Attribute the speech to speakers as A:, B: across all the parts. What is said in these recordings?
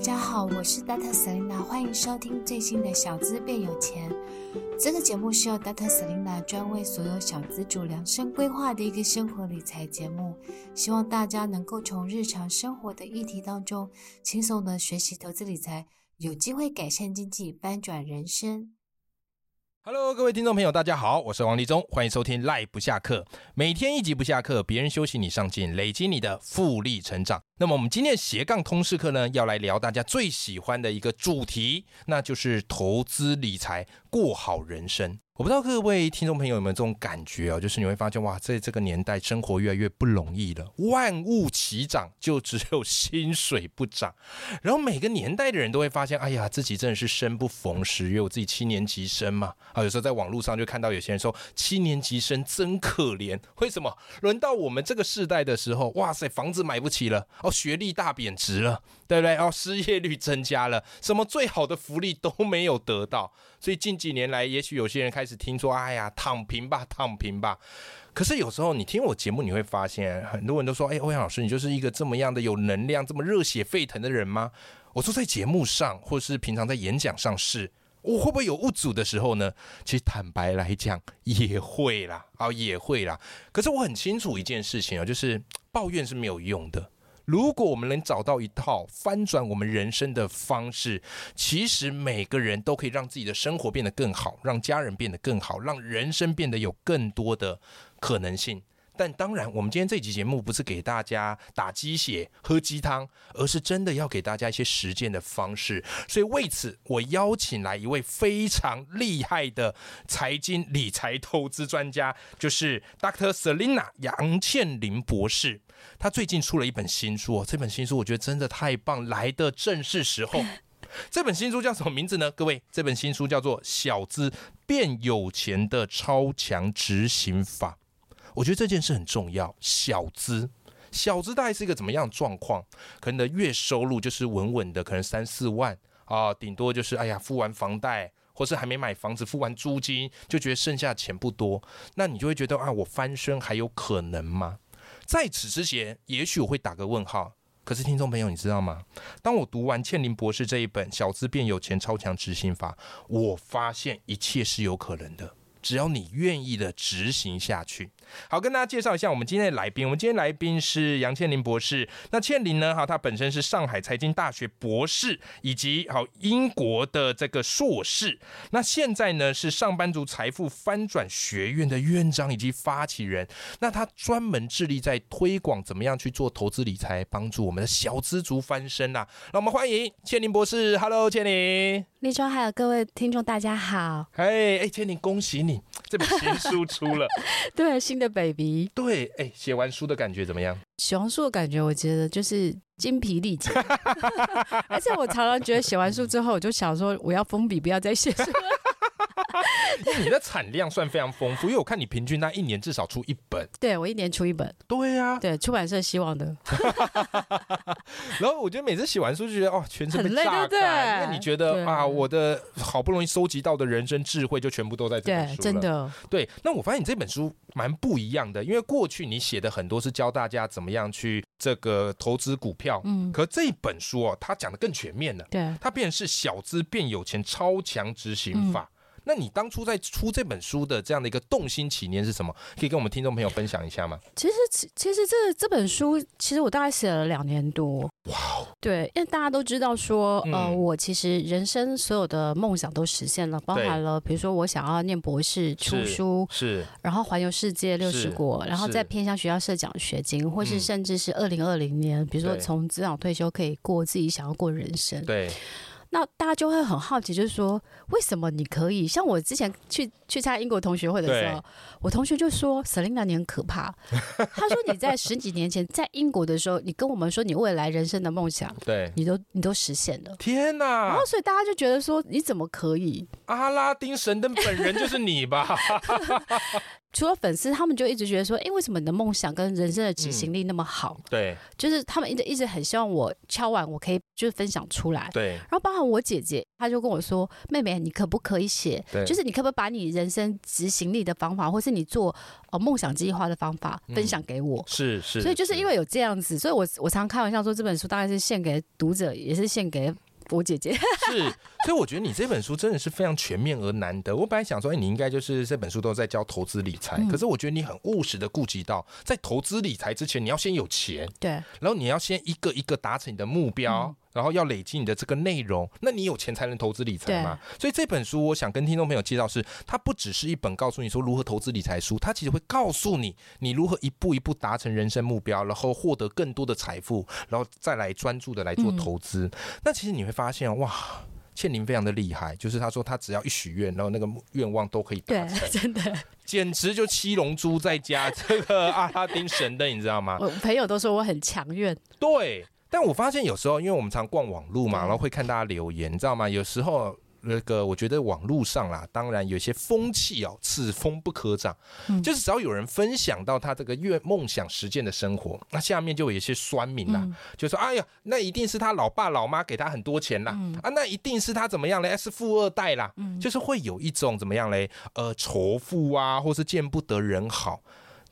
A: 家好，我是 Data Selina，欢迎收听最新的《小资变有钱》。这个节目是由 Data Selina 专为所有小资主量身规划的一个生活理财节目，希望大家能够从日常生活的议题当中轻松的学习投资理财，有机会改善经济，翻转人生。
B: Hello，各位听众朋友，大家好，我是王立忠，欢迎收听《赖不下课》，每天一集不下课，别人休息你上进，累积你的复利成长。那么我们今天的斜杠通识课呢，要来聊大家最喜欢的一个主题，那就是投资理财，过好人生。我不知道各位听众朋友有没有这种感觉哦，就是你会发现哇，在这个年代生活越来越不容易了，万物齐涨，就只有薪水不涨。然后每个年代的人都会发现，哎呀，自己真的是生不逢时，因为我自己七年级生嘛，啊，有时候在网络上就看到有些人说七年级生真可怜，为什么？轮到我们这个世代的时候，哇塞，房子买不起了，哦，学历大贬值了，对不对？哦，失业率增加了，什么最好的福利都没有得到，所以近几年来，也许有些人开始听说，哎呀，躺平吧，躺平吧。可是有时候你听我节目，你会发现很多人都说：“哎，欧阳老师，你就是一个这么样的有能量、这么热血沸腾的人吗？”我说，在节目上，或是平常在演讲上是。我会不会有误阻的时候呢？其实坦白来讲，也会啦，啊、也会啦。可是我很清楚一件事情啊，就是抱怨是没有用的。如果我们能找到一套翻转我们人生的方式，其实每个人都可以让自己的生活变得更好，让家人变得更好，让人生变得有更多的可能性。但当然，我们今天这期节目不是给大家打鸡血、喝鸡汤，而是真的要给大家一些实践的方式。所以为此，我邀请来一位非常厉害的财经理财投资专家，就是 Dr. Selina 杨倩玲博士。她最近出了一本新书哦，这本新书我觉得真的太棒，来的正是时候。这本新书叫什么名字呢？各位，这本新书叫做《小资变有钱的超强执行法》。我觉得这件事很重要。小资，小资大概是一个怎么样的状况？可能你的月收入就是稳稳的，可能三四万啊，顶多就是哎呀，付完房贷或是还没买房子，付完租金就觉得剩下钱不多，那你就会觉得啊，我翻身还有可能吗？在此之前，也许我会打个问号。可是，听众朋友，你知道吗？当我读完倩玲博士这一本《小资变有钱：超强执行法》，我发现一切是有可能的。只要你愿意的执行下去。好，跟大家介绍一下我们今天的来宾。我们今天来宾是杨倩玲博士。那倩玲呢？哈，她本身是上海财经大学博士，以及好英国的这个硕士。那现在呢是上班族财富翻转学院的院长以及发起人。那她专门致力在推广怎么样去做投资理财，帮助我们的小资族翻身啦、啊那我们欢迎倩玲博士。Hello，倩玲。
A: 立中还有各位听众，大家好。
B: 哎哎，倩玲，恭喜你，这本新书出了。
A: 对，新的 baby
B: 对，哎，写完书的感觉怎么样？
A: 小红书的感觉，我觉得就是精疲力 竭，而且我常常觉得写完书之后，我就想说我要封笔，不要再写书。
B: 因为你的产量算非常丰富，因为我看你平均那一年至少出一本。
A: 对我一年出一本，
B: 对啊，
A: 对出版社希望的，
B: 然后我觉得每次写完书就觉得哦，全身被
A: 很累
B: 榨
A: 对不对
B: 干，因为你觉
A: 对
B: 得啊，我的好不容易收集到的人生智慧就全部都在这本
A: 对
B: 书，了。
A: 真的，
B: 对，那我发现你这本书蛮不一样的，因为过去你写的很多是教大家怎么样去这个投资股票，
A: 嗯，
B: 可这本书哦，它讲的更全面了。
A: 对，
B: 它变成是小资变有钱超强执行法。那你当初在出这本书的这样的一个动心起念是什么？可以跟我们听众朋友分享一下吗？
A: 其实其其实这这本书，其实我大概写了两年多。
B: 哦
A: 哇，对，因为大家都知道说，呃，
B: 嗯
A: 我其实人生所有的梦想都实现了，包含了比如说我想要念博士、出
B: 是
A: 书，
B: 是
A: 然后环游世界六十
B: 是
A: 国，然后再
B: 是
A: 偏向学校社奖学金，或是
B: 嗯
A: 甚至是二零二零年，比如说
B: 对
A: 从职场退休可以过自己想要过的人生。
B: 对，
A: 那大家就会很好奇，就是说为什么你可以？像我之前去去参加英国同学会的时候
B: 对，
A: 我同学就说 Selina 你很可怕。他说你在十几年前在英国的时候，你跟我们说你未来人生的梦想，
B: 对，哦
A: 你都你都实现了。
B: 天
A: 然
B: 哪
A: 后，！所以大家就觉得说，你怎么可以？
B: 阿拉丁神灯本人就是你吧？
C: 除了粉丝，他们就一直觉得说，哎，为什么你的梦想跟人生的执
B: 嗯
C: 行力那么好？
B: 对
C: 就是他们一直一直很希望我敲完，我可以就是分享出来。
B: 对
C: 然后包含我姐姐，她就跟我说：“妹妹，你可不可以写？
B: 对
C: 就是你可不可以把你人生执行力的方法，或是你做呃梦想计划的方法
B: 嗯
C: 分享给我？”
B: 是是，
C: 所以就是因为有这样子，所以我我常开玩笑说，这本书大概是献给读者，也是献给我姐姐。
B: 是，所以我觉得你这本书真的是非常全面而难得。我本来想说，哎、你应该就是这本书都在教投资理财，
C: 嗯
B: 可是我觉得你很务实的顾及到，在投资理财之前，你要先有钱，
C: 对
B: 然后你要先一个一个达成你的目标。
C: 嗯
B: 然后要累积你的这个内容，那你有钱才能投资理财嘛？所以这本书我想跟听众朋友介绍是，它不只是一本告诉你说如何投资理财书，它其实会告诉你你如何一步一步达成人生目标，然后获得更多的财富，然后再来专注的来做
C: 嗯
B: 投资。那其实你会发现，哇，倩玲非常的厉害，就是她说她只要一许愿，然后那个愿望都可以达
C: 对
B: 成，，
C: 真的，
B: 简直就七龙珠再加这个阿拉丁神灯，你知道吗？
C: 我朋友都说我很强愿。
B: 对，但我发现有时候，因为我们常逛网络嘛，然
C: 对
B: 后会看大家留言，你知道吗？有时候那个，我觉得网络上啦，当然有些风气哦，此风不可长。
C: 嗯
B: 就是只要有人分享到他这个愿梦想实践的生活，那下面就有一些酸民啦，
C: 嗯
B: 就说：“哎呀，那一定是他老爸老妈给他很多钱啦，
C: 嗯
B: 啊，那一定是他怎么样嘞？哎是富二代啦，就是会有一种怎么样嘞？呃，仇富啊，或是见不得人好。”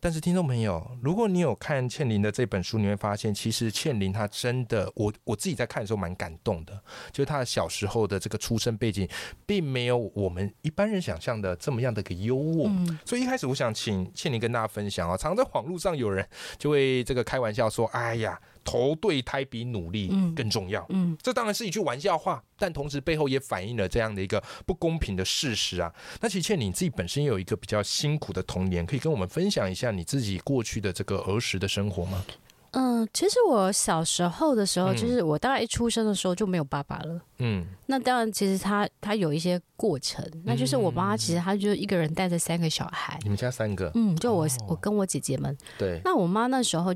B: 但是听众朋友，如果你有看倩玲的这本书，你会发现，其实倩玲她真的，我我自己在看的时候蛮感动的，就是她小时候的这个出生背景，并没有我们一般人想象的这么样的一个优渥。
C: 嗯，
B: 所以一开始我想请倩玲跟大家分享啊，常在网络上有人就会这个开玩笑说：“哎呀，投对胎比努力
C: 嗯
B: 更重要。
C: 嗯
B: 这当然是一句玩笑话，但同时背后也反映了这样的一个不公平的事实啊。那其实倩玲你自己本身也有一个比较辛苦的童年，可以跟我们分享一下你自己过去的这个儿时的生活吗？
C: 嗯，其实我小时候的时候，就是我大概一出生的时候就没有爸爸了。
B: 嗯，
C: 那当然，其实他他有一些过程，那就是
B: 嗯
C: 我妈其实她就一个人带着三个小孩，
B: 你们家三个，
C: 嗯，就我、
B: 哦
C: 我跟我姐姐们，
B: 对，
C: 那我妈那时候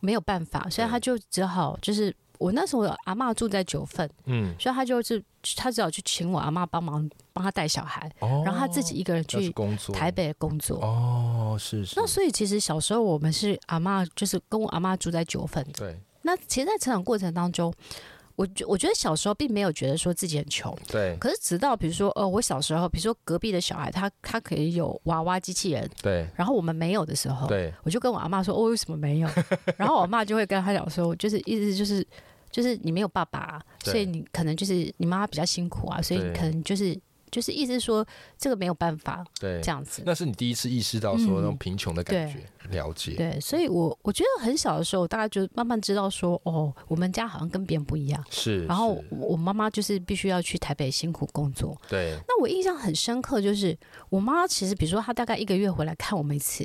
C: 没有办法，所以
B: 对
C: 她就只好就是我那时候我阿嬷住在九份，
B: 嗯，
C: 所以她就是她只好去请我阿嬷帮忙帮她带小孩，
B: 哦
C: 然后她自己一个人
B: 要去
C: 去
B: 工作，
C: 台北工作。
B: 哦，是是
C: 那，所以其实小时候我们是阿嬷，就是跟我阿嬷住在九份，
B: 对
C: 那其实，在成长过程当中，我觉我觉得小时候并没有觉得说自己很穷，
B: 对
C: 可是直到比如说，呃，我小时候，比如说隔壁的小孩，他他可以有娃娃机器人，
B: 对
C: 然后我们没有的时候，
B: 对，
C: 我就跟我阿妈说，哦，为什么没有？ 然后我妈就会跟他讲说，就是意思就是就是你没有爸爸啊、
B: 对
C: 所以你可能就是你妈比较辛苦啊，所以
B: 对
C: 你可能就是就是意思是说这个没有办法
B: 对
C: 这样子。
B: 那是你第一次意识到说
C: 嗯
B: 那种贫穷的感觉，了解。
C: 对，所以我我觉得很小的时候，我大概就慢慢知道说，哦，我们家好像跟别人不一样。
B: 是。
C: 然后
B: 是
C: 我我妈妈就是必须要去台北辛苦工作。
B: 对
C: 那我印象很深刻，就是我妈其实，比如说她大概一个月回来看我们一次，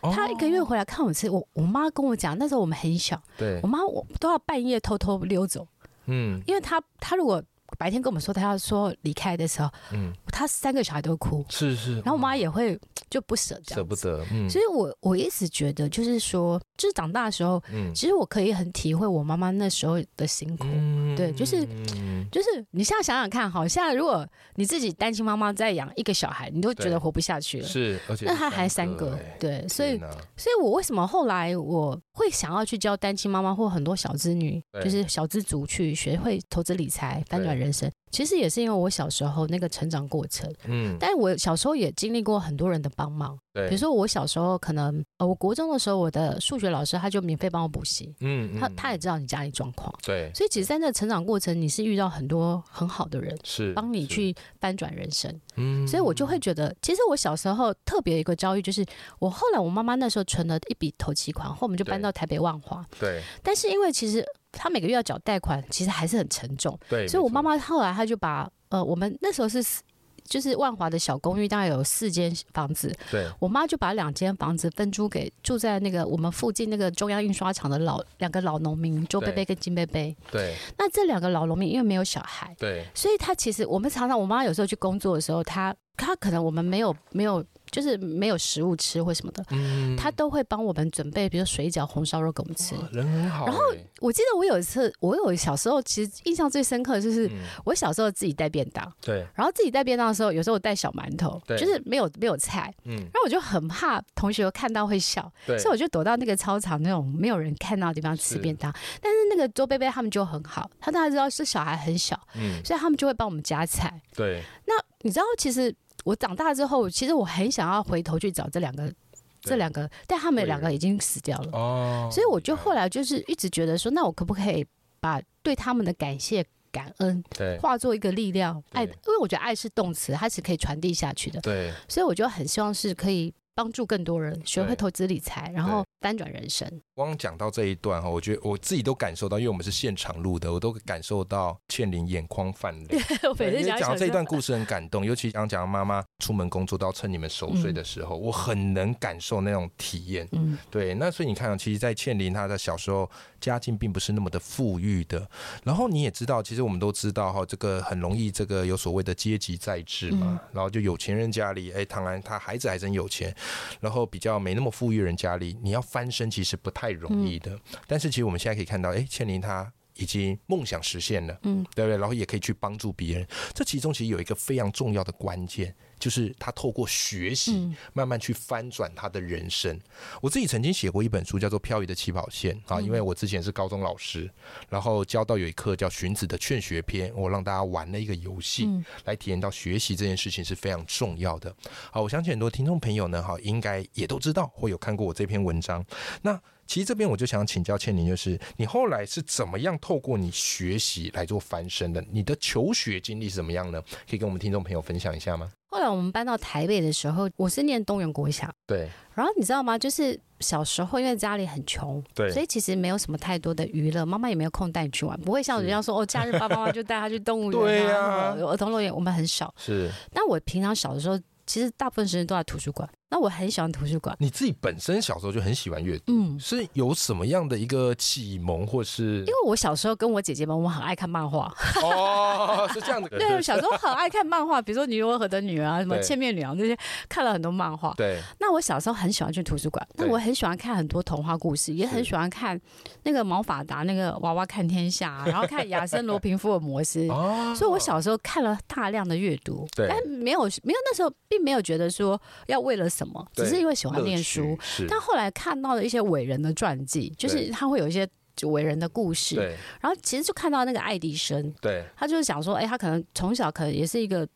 C: 她一个月回来看我一次，我我妈跟我讲，那时候我们很小，
B: 哦对
C: 我，妈我都要半夜偷偷溜走，
B: 嗯
C: 因为她她如果白天跟我们说她要说离开的时候，
B: 嗯，
C: 她三个小孩都会哭，
B: 是是。
C: 然后我妈也会就不舍这
B: 舍
C: 样
B: 不
C: 子。
B: 得，嗯
C: 所以我我一直觉得，就是说，就是长大的时候，
B: 嗯
C: 其实我可以很体会我妈妈那时候的辛苦。
B: 嗯
C: 对就是
B: 嗯
C: 就是你现在想想看，好，现在如果你自己单亲妈妈再养一个小孩，你都觉
B: 对
C: 得活不下去了。
B: 是，而且
C: 那
B: 是
C: 他还三个，
B: 哎
C: 对，所以
B: 天，哪
C: 所以我为什么后来我会想要去教单亲妈妈或很多小资女，
B: 对
C: 就是小资族去学会投资理财、翻转人生，其实也是因为我小时候那个成长过程。
B: 嗯，
C: 但我小时候也经历过很多人的帮忙，
B: 对，
C: 比如说我小时候可能，呃，我国中的时候，我的数学老师他就免费帮我补习，
B: 嗯，嗯，
C: 他他也
B: 嗯
C: 知道你家里状况，
B: 对，
C: 所以其实在那个成长过程，你是遇到很多很好的人。
B: 是
C: 帮你
B: 是，
C: 去翻转人生，
B: 嗯
C: 所以我就会觉得，其实我小时候特别有一个遭遇，就是我后来我妈妈那时候存了一笔头期款，后我们就搬
B: 对
C: 到台北万华，
B: 对
C: 但是因为其实她每个月要缴贷款，其实还是很沉重，
B: 对，
C: 所以
B: 没
C: 我
B: 错
C: 妈妈后来她就把呃我们那时候是四就是万华的小公寓，大概有四间房子，
B: 对
C: 我妈就把两间房子分租给住在那个我们附近那个中央印刷厂的老两个老农民周贝
B: 对
C: 贝跟金贝贝，
B: 对
C: 那这两个老农民因为没有小孩。
B: 对
C: 所以他其实我们常常，我妈有时候去工作的时候，她她可能我们没有没有就是没有食物吃或什么的，
B: 嗯，
C: 他都会帮我们准备，比如水饺、红烧肉给我们吃。
B: 人很好欸，
C: 然后我记得我有一次，我有小时候其实印象最深刻的就是
B: 嗯
C: 我小时候自己带便当，
B: 对，
C: 然后自己带便当的时候，有时候我带小馒头，
B: 对
C: 就是没有没有菜，
B: 嗯，
C: 然后我就很怕同学看到会笑，
B: 对，
C: 所以我就躲到那个操场那种没有人看到的地方吃
B: 是
C: 便当。但是那个周贝贝他们就很好，他大家知道是小孩很小，
B: 嗯，
C: 所以他们就会帮我们夹菜。
B: 对，
C: 那你知道，其实我长大之后，其实我很想要回头去找这两个，这两个，但他们
B: 贵
C: 两个
B: 人
C: 已经死掉了，
B: 哦，
C: 所以我就后
B: 来
C: 来就是一直觉得说，那我可不可以把对他们的感谢、感恩
B: 对
C: 化作一个力量？爱，因
B: 对
C: 为我觉得爱是动词，它是可以传递下去的，
B: 对
C: 所以我就很希望是可以帮助更多人学
B: 对
C: 会投资理财，然后翻转人 生。
B: 光讲到这一段哈，我觉得我自己都感受到，因为我们是现场录的，我都感受到倩玲眼眶泛 泪。
C: 我
B: 对
C: 每
B: 因为
C: 次想
B: 讲到
C: 想
B: 这一段故事很感动，尤其刚讲妈妈出门工作到趁你们熟睡的时候，我很能感受那种体验。
C: 嗯，
B: 对，那所以你看啊，其实，在倩玲她的小时候家境并不是那么的富裕的，然后你也知道，其实我们都知道哈，这个很容易这个有所谓的阶级在制嘛，
C: 嗯
B: 然后就有钱人家里，哎，当然他孩子还真有钱，然后比较没那么富裕人家里，你要翻身其实不太容易
C: 嗯
B: 的。但是其实我们现在可以看到，哎，倩玲她。已经梦想实现了，
C: 嗯，
B: 对不对？然后也可以去帮助别人，这其中其实有一个非常重要的关键，就是他透过学习，
C: 嗯
B: 慢慢去翻转他的人生。我自己曾经写过一本书，叫做《漂移的起跑线》啊，
C: 嗯
B: 因为我之前是高中老师，然后教到有一课叫《荀子的劝学篇》，我让大家玩了一个游戏，
C: 嗯
B: 来体验到学习这件事情是非常重要的。好，我相信很多听众朋友呢，哈，应该也都知道或有看过我这篇文章。那其实这边我就想请教倩玲，就是你后来是怎么样透过你学习来做翻身的？你的求学经历是怎么样呢？可以跟我们听众朋友分享一下吗？
C: 后来我们搬到台北的时候，我是念东园国小，
B: 对
C: 然后你知道吗？就是小时候因为家里很穷，
B: 对
C: 所以其实没有什么太多的娱乐，妈妈也没有空带你去玩，不会像
B: 是
C: 人家说哦，假日爸爸妈妈就带他去动物园、啊、
B: 对呀
C: 什么儿童乐园，我们很少。
B: 是
C: 但我平常小的时候，其实大部分时间都在图书馆，那我很喜欢图书馆。
B: 你自己本身小时候就很喜欢阅读。
C: 嗯，
B: 是有什么样的一个启蒙，或是
C: 因为我小时候跟我姐姐们，我很爱看 漫画。
B: 哦，是这样的，
C: 对，我小时候很爱看漫画，比如说《尼罗河的女儿》啊，什么
B: 对
C: 《千面女郎》这些，看了很多漫画。
B: 对
C: 那我小时候很喜欢去图书馆，那
B: 对
C: 我很喜欢看很多童话故事，也很
B: 是。
C: 喜欢看那个毛法达那个《娃娃看天下》啊，然后看亚森罗平福尔摩斯
B: 哦，
C: 所以，我小时候看了大量的阅读，
B: 对
C: 但没有没有那时候并没有觉得说要为了什么，只
B: 对
C: 是因为喜欢念书
B: 乐。趣是，
C: 但后来看到了一些伟人的传记，就是
B: 对
C: 他会有一些就伟人的故事，
B: 对
C: 然后其实就看到那个爱迪生，
B: 对
C: 他就是想说，哎、他可能从小可能也是一个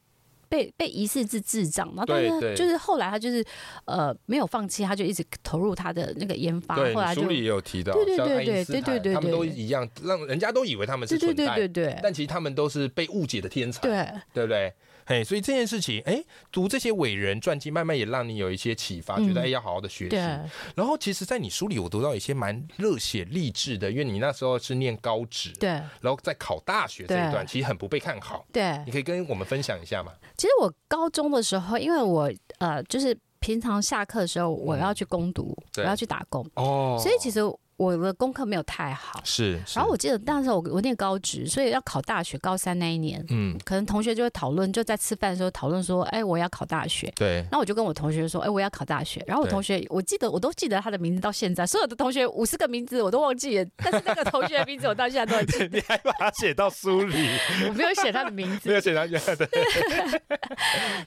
C: 被被疑似是智障，然后但
B: 对
C: 是他
B: 对
C: 就是后来他就是呃没有放弃，他就一直投入他的那个研发，
B: 对，
C: 后来
B: 你
C: 就
B: 书里也有提到，
C: 对对
B: 像
C: 对
B: 爱因
C: 对
B: 斯
C: 对
B: 坦
C: 对对
B: 他们都
C: 对
B: 一样，让人家都以为他们是
C: 对对
B: 蠢
C: 对
B: 蛋，
C: 对对
B: 但其实他们都是被误解的天才，
C: 对
B: 对不对？嘿，所以这件事情，哎，读这些伟人传记，慢慢也让你有一些启发，觉得
C: 嗯
B: 哎要好好的学习。
C: 对，
B: 然后，其实，在你书里，我读到一些蛮热血励志的，因为你那时候是念高职，
C: 对
B: 然后在考大学这一段，
C: 对
B: 其实很不被看好。
C: 对
B: 你。可以跟我们分享一下吗？
C: 其实我高中的时候，因为我呃就是平常下课的时候我要去攻读，我
B: 嗯对
C: 要去打工，
B: 哦
C: 所以其实我的功课没有太好。
B: 是，
C: 然后我记得那时候我我念高职，所以要考大学高三那一年，
B: 嗯，
C: 可能同学就会讨论，就在吃饭的时候讨论说，哎、我要考大学。
B: 对，
C: 那我就跟我同学说，哎、我要考大学。然后我
B: 对
C: 同学，我记得我都记得他的名字到现在，所有的同学五十个名字我都忘记了，但是那个同学的名字我到现在都还记
B: 你还把它写到书里，
C: 得，我没有写他的名字。
B: 没有写到 家的。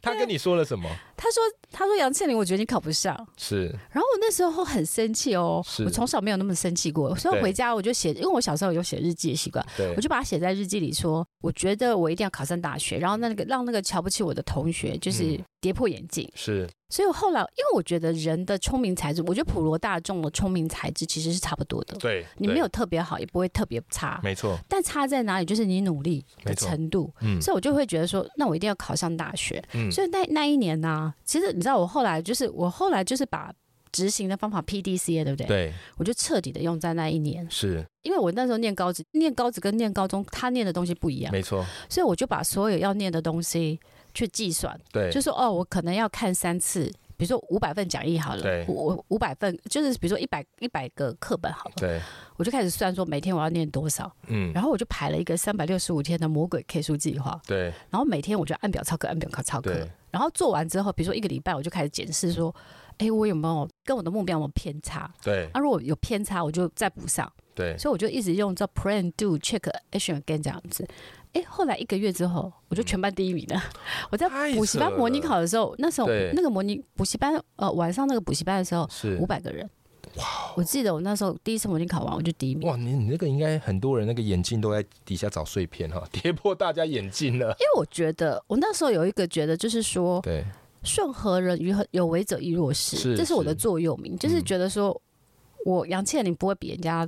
B: 他跟你说了什么？
C: 他说，他说杨倩玲，我觉得你考不上。
B: 是
C: 然后我那时候很生气哦
B: 是，
C: 我从小没有那么生气过，所以
B: 对
C: 我回家我就写，因为我小时候有写日记的习惯，
B: 对
C: 我就把它写在日记里说，我觉得我一定要考上大学，然后那个让那个瞧不起我的同学就是
B: 嗯
C: 跌破眼镜。
B: 是
C: 所以我后来，因为我觉得人的聪明才智，我觉得普罗大众的聪明才智其实是差不多的。
B: 对，
C: 你
B: 对
C: 没有，特别好，也不会特别差，
B: 没错，
C: 但差在哪里就是你努力
B: 没
C: 的
B: 错
C: 程度。
B: 嗯
C: 所以我就会觉得说，那我一定要考上大学。
B: 嗯
C: 所以那那一年呢、其实你知道，我后来就是我后来就是把执行的方法 PDCA，对不对？
B: 对
C: 我就彻底的用在那一年，
B: 是
C: 因为我那时候念高职，念高职跟念高中，他念的东西不一样，
B: 没错，
C: 所以我就把所有要念的东西去计算，
B: 对
C: 就说哦，我可能要看三次比如说五百份讲义好
B: 对
C: 了，我五百份就是比如说一百一百个课本好了，
B: 对，
C: 我就开始算说每天我要念多少，
B: 嗯，
C: 然后我就排了一个三百六十五天的魔鬼 K 书计划，
B: 对
C: 然后每天我就按表操课，按表操课
B: 对，
C: 然后做完之后，比如说一个礼拜，我就开始检视说，哎，我有没有跟我的目标有没有偏差？
B: 对
C: 啊，如果有偏差，我就再补上。
B: 对，
C: 所以我就一直用这 plan do check action again 这样子。哎，后来一个月之后，我就全班第一名了。 我在
B: 嗯太
C: 补习
B: 扯
C: 班
B: 了
C: 模拟考的时候，那时候
B: 对
C: 那个模拟补习班，呃，晚上那个补习班的时候，
B: 是哦
C: 五百个人。哇！我记得我那时候第一次模拟考完，我就第一名。
B: 哇，你你那个应该很多人那个眼镜都在底下找碎片哈，跌破大家眼镜了。
C: 因为我觉得，我那时候有一个觉得，就是说，
B: 对
C: 顺和人与有为者亦若是，
B: 是
C: 这是我的
B: 是
C: 座右铭，就是
B: 嗯
C: 觉得说，我杨倩玲不会比人家，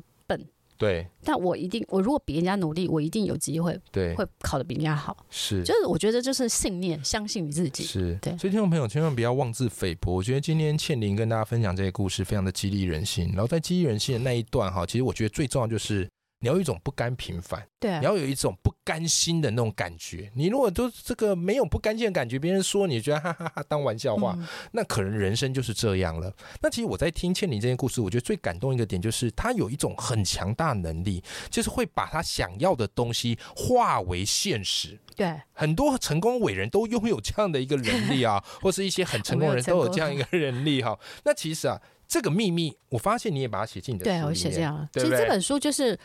B: 对
C: 但我一定，我如果比人家努力，我一定有机会
B: 对，
C: 会考得比人家好。
B: 是
C: 就是我觉得就是信念，相信你自己。
B: 是，
C: 对
B: 所以听众朋友千万不要妄自菲薄。我觉得今天倩玲跟大家分享这些故事，非常的激励人心。然后在激励人心的那一段哈，其实我觉得最重要就是你要有一种不甘平凡，
C: 对啊
B: 你，要有一种不甘心的那种感觉。你如果都这个没有不甘心的感觉，别人说你觉得哈哈哈当玩笑话，
C: 嗯
B: 那可能人生就是这样了。那其实我在听倩玲这件故事，我觉得最感动一个点就是她有一种很强大的能力，就是会把她想要的东西化为现实。
C: 对，
B: 很多成功伟人都拥有这样的一个能力 啊，或是一些很成功的人都有这样一个能力哈、那其实啊，这个秘密，我发现你也把它写进你的书里
C: 对
B: 面
C: 我写这，样。啊
B: 对
C: 其
B: 不
C: 实
B: 对
C: 这本书就是，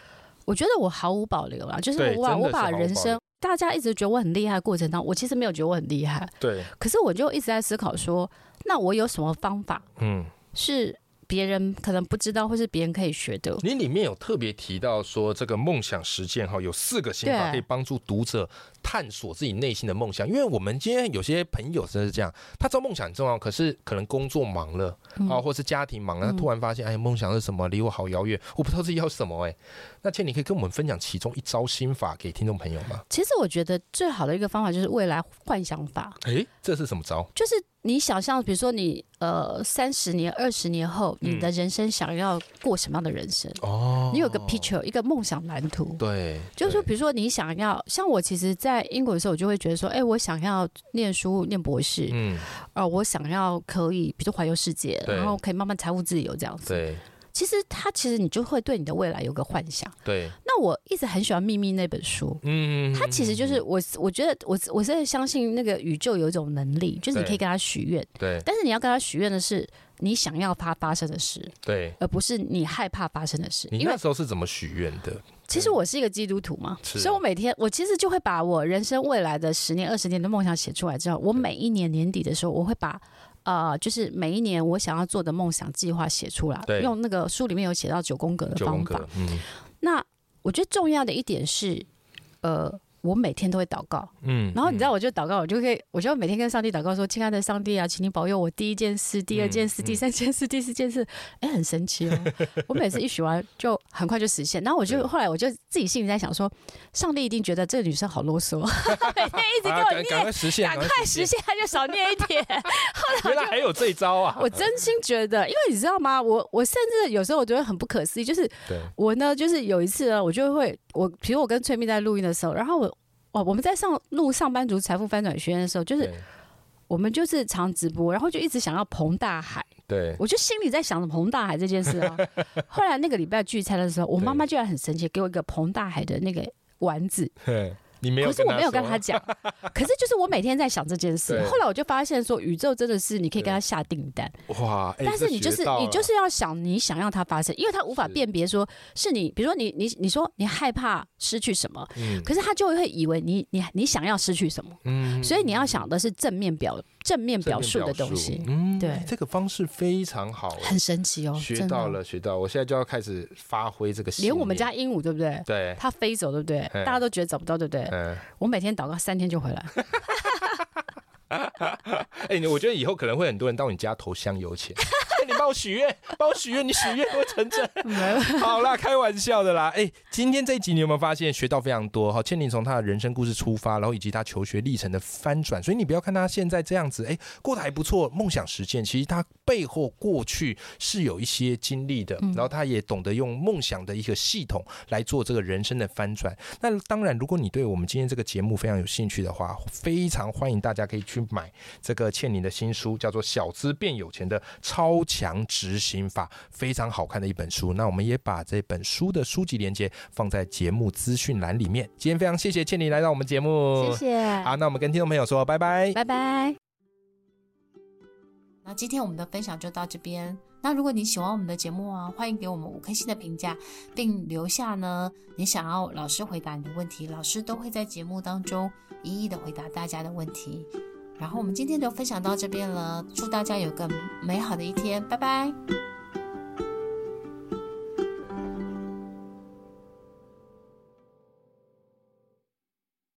C: 我觉得我毫无保留啦，啊就是
B: 对
C: 我把
B: 真的
C: 我
B: 是毫
C: 把
B: 无
C: 人
B: 保留
C: 生，大家一直觉得我很厉害的过程当中，我其实没有觉得我很厉害，
B: 对，
C: 可是我就一直在思考说，那我有什么方法
B: 嗯，
C: 是别人可能不知道，或是别人可以学的？
B: 你里面有特别提到说，这个梦想实践哈，有四个心法
C: 对
B: 可以帮助读者探索自己内心的梦想。因为我们今天有些朋友真的是这样，他知道梦想很重要，可是可能工作忙了
C: 嗯
B: 啊，或是家庭忙了，他
C: 嗯
B: 突然发现，哎，梦想是什么？离我好遥远，我不知道自己要什么。哎，那倩，你可以跟我们分享其中一招心法给听众朋友吗？
C: 其实我觉得最好的一个方法就是未来幻想法，
B: 诶，哎这是什么招？
C: 就是你想象，比如说你呃三十年、二十年后，
B: 嗯
C: 你的人生想要过什么样的人生？
B: 哦
C: 你有个 picture，一个梦想蓝图。
B: 对，
C: 就是说，
B: 对
C: 比如说你想要，像我其实，在英国的时候，我就会觉得说，哎、我想要念书、念博士，
B: 嗯，
C: 呃，我想要可以，比如说环游世界，
B: 对
C: 然后可以慢慢财务自由这样子。
B: 对
C: 其实它其实你就会对你的未来有个幻想。
B: 对，
C: 那我一直很喜欢《秘密》那本书，
B: 嗯，
C: 它其实就是我，我觉得我我真的相信那个宇宙有一种能力，就是你
B: 对
C: 可以跟他许愿，
B: 对
C: 但是你要跟他许愿的是你想要它发生的事，
B: 对。
C: 而不是你害怕发生的事。
B: 你
C: 因为
B: 那时候是怎么许愿的？
C: 其实我是一个基督徒嘛，
B: 是
C: 所以我每天我其实就会把我人生未来的十年、二十年的梦想写出来之后，我每一年年底的时候，我会把。呃，就是每一年我想要做的梦想计划写出来
B: 对，
C: 用那个书里面有写到九宫格的
B: 九宫
C: 方
B: 格
C: 法。，
B: 嗯
C: 那我觉得重要的一点是，呃，我每天都会祷告，
B: 嗯
C: 然后你知道，我就祷告，我就可以，我就每天跟上帝祷告说：“亲爱的上帝啊，请你保佑我第一件事、第二件事、
B: 嗯
C: 第三件事、第四件事。”哎，很神 奇哦！我每次一许完，就很快就实现。然后我
B: 对
C: 就后来我就自己心里在想说，上帝一定觉得这个女生好 啰嗦，每天一直给
B: 啊
C: 我
B: 赶赶
C: 念，
B: 快实现，
C: 赶快实现，他就少念一 点。
B: 现！原来还有这一招啊！
C: 我真心觉得，因为你知道吗？我我甚至有时候我觉得很不可思议，就是
B: 对
C: 我呢，就是有一次呢，我就会我，比如我跟崔蜜在录音的时候，然后我。哦，我们在上录上班族财富翻转学院的时候，就是
B: 对
C: 我们就是常直播，然后就一直想要彭大海，
B: 对
C: 我就心里在想着彭大海这件 事啊。后来那个礼拜聚餐的时候，我
B: 对
C: 妈妈居然很神奇，给我一个彭大海的那个丸子，
B: 嘿，你没有，
C: 可是我没有跟
B: 他
C: 她
B: 说，啊
C: 讲。可是就是我每天在想这件事
B: 对，
C: 后来我就发现说，宇宙真的是你可以跟他下订单，
B: 哇！哎
C: 但是你就是你就，
B: 这学
C: 是要想你想要它发生，因为它无法
B: 是
C: 辨别说是你，比如说你你你说你害怕失去什么，
B: 到了嗯
C: 可是他就会以为你你你想要失去什么，
B: 嗯
C: 所以你要想的是正面表正面
B: 正面
C: 表述的东西。
B: 嗯，
C: 对
B: 哎这个方式非常好，哎
C: 很神奇哦，
B: 学
C: 真的
B: 到。了，学到，我现在就要开始发挥这个信念。
C: 连我们家鹦鹉对不对？
B: 对，
C: 它飞走对不对？
B: 嗯
C: 大家都觉得找不到对不对？
B: 嗯，
C: 我每天祷告三天就回来，
B: 哎、你我觉得以后可能会很多人到你家投香油钱。哎你帮 靠许愿，帮我许愿，你许愿会成真。
C: 没
B: 好啦，开玩笑的啦。哎、今天这一集你有没有发现学到非常多？哈，倩玲从她的人生故事出发，然后以及她求学历程的翻转，所以你不要看她现在这样子，哎、过得还不错，梦想实现，其实她背后过去是有一些经历
C: 嗯
B: 的，然后她也懂得用梦想的一个系统来做这个人生的翻转。那当然，如果你对我们今天这个节目非常有兴趣的话，非常欢迎大家可以去买这个倩玲的新书，叫做《小资变有钱的超强执行法》，非常好看的一本书。那我们也把这本书的书籍链接放在节目资讯栏里面。今天非常谢谢倩玲来到我们节目，
C: 谢。谢，
B: 好，那我们跟听众朋友说拜拜。
C: 拜拜。
A: 那今天我们的分享就到这边。那如果你喜欢我们的节目啊，欢迎给我们五颗星的评价，并留下呢你想要老师回答你的问题，老师都会在节目当中一一的回答大家的问题。然后我们今天就分享到这边了，祝大家有个美好的一天，拜拜。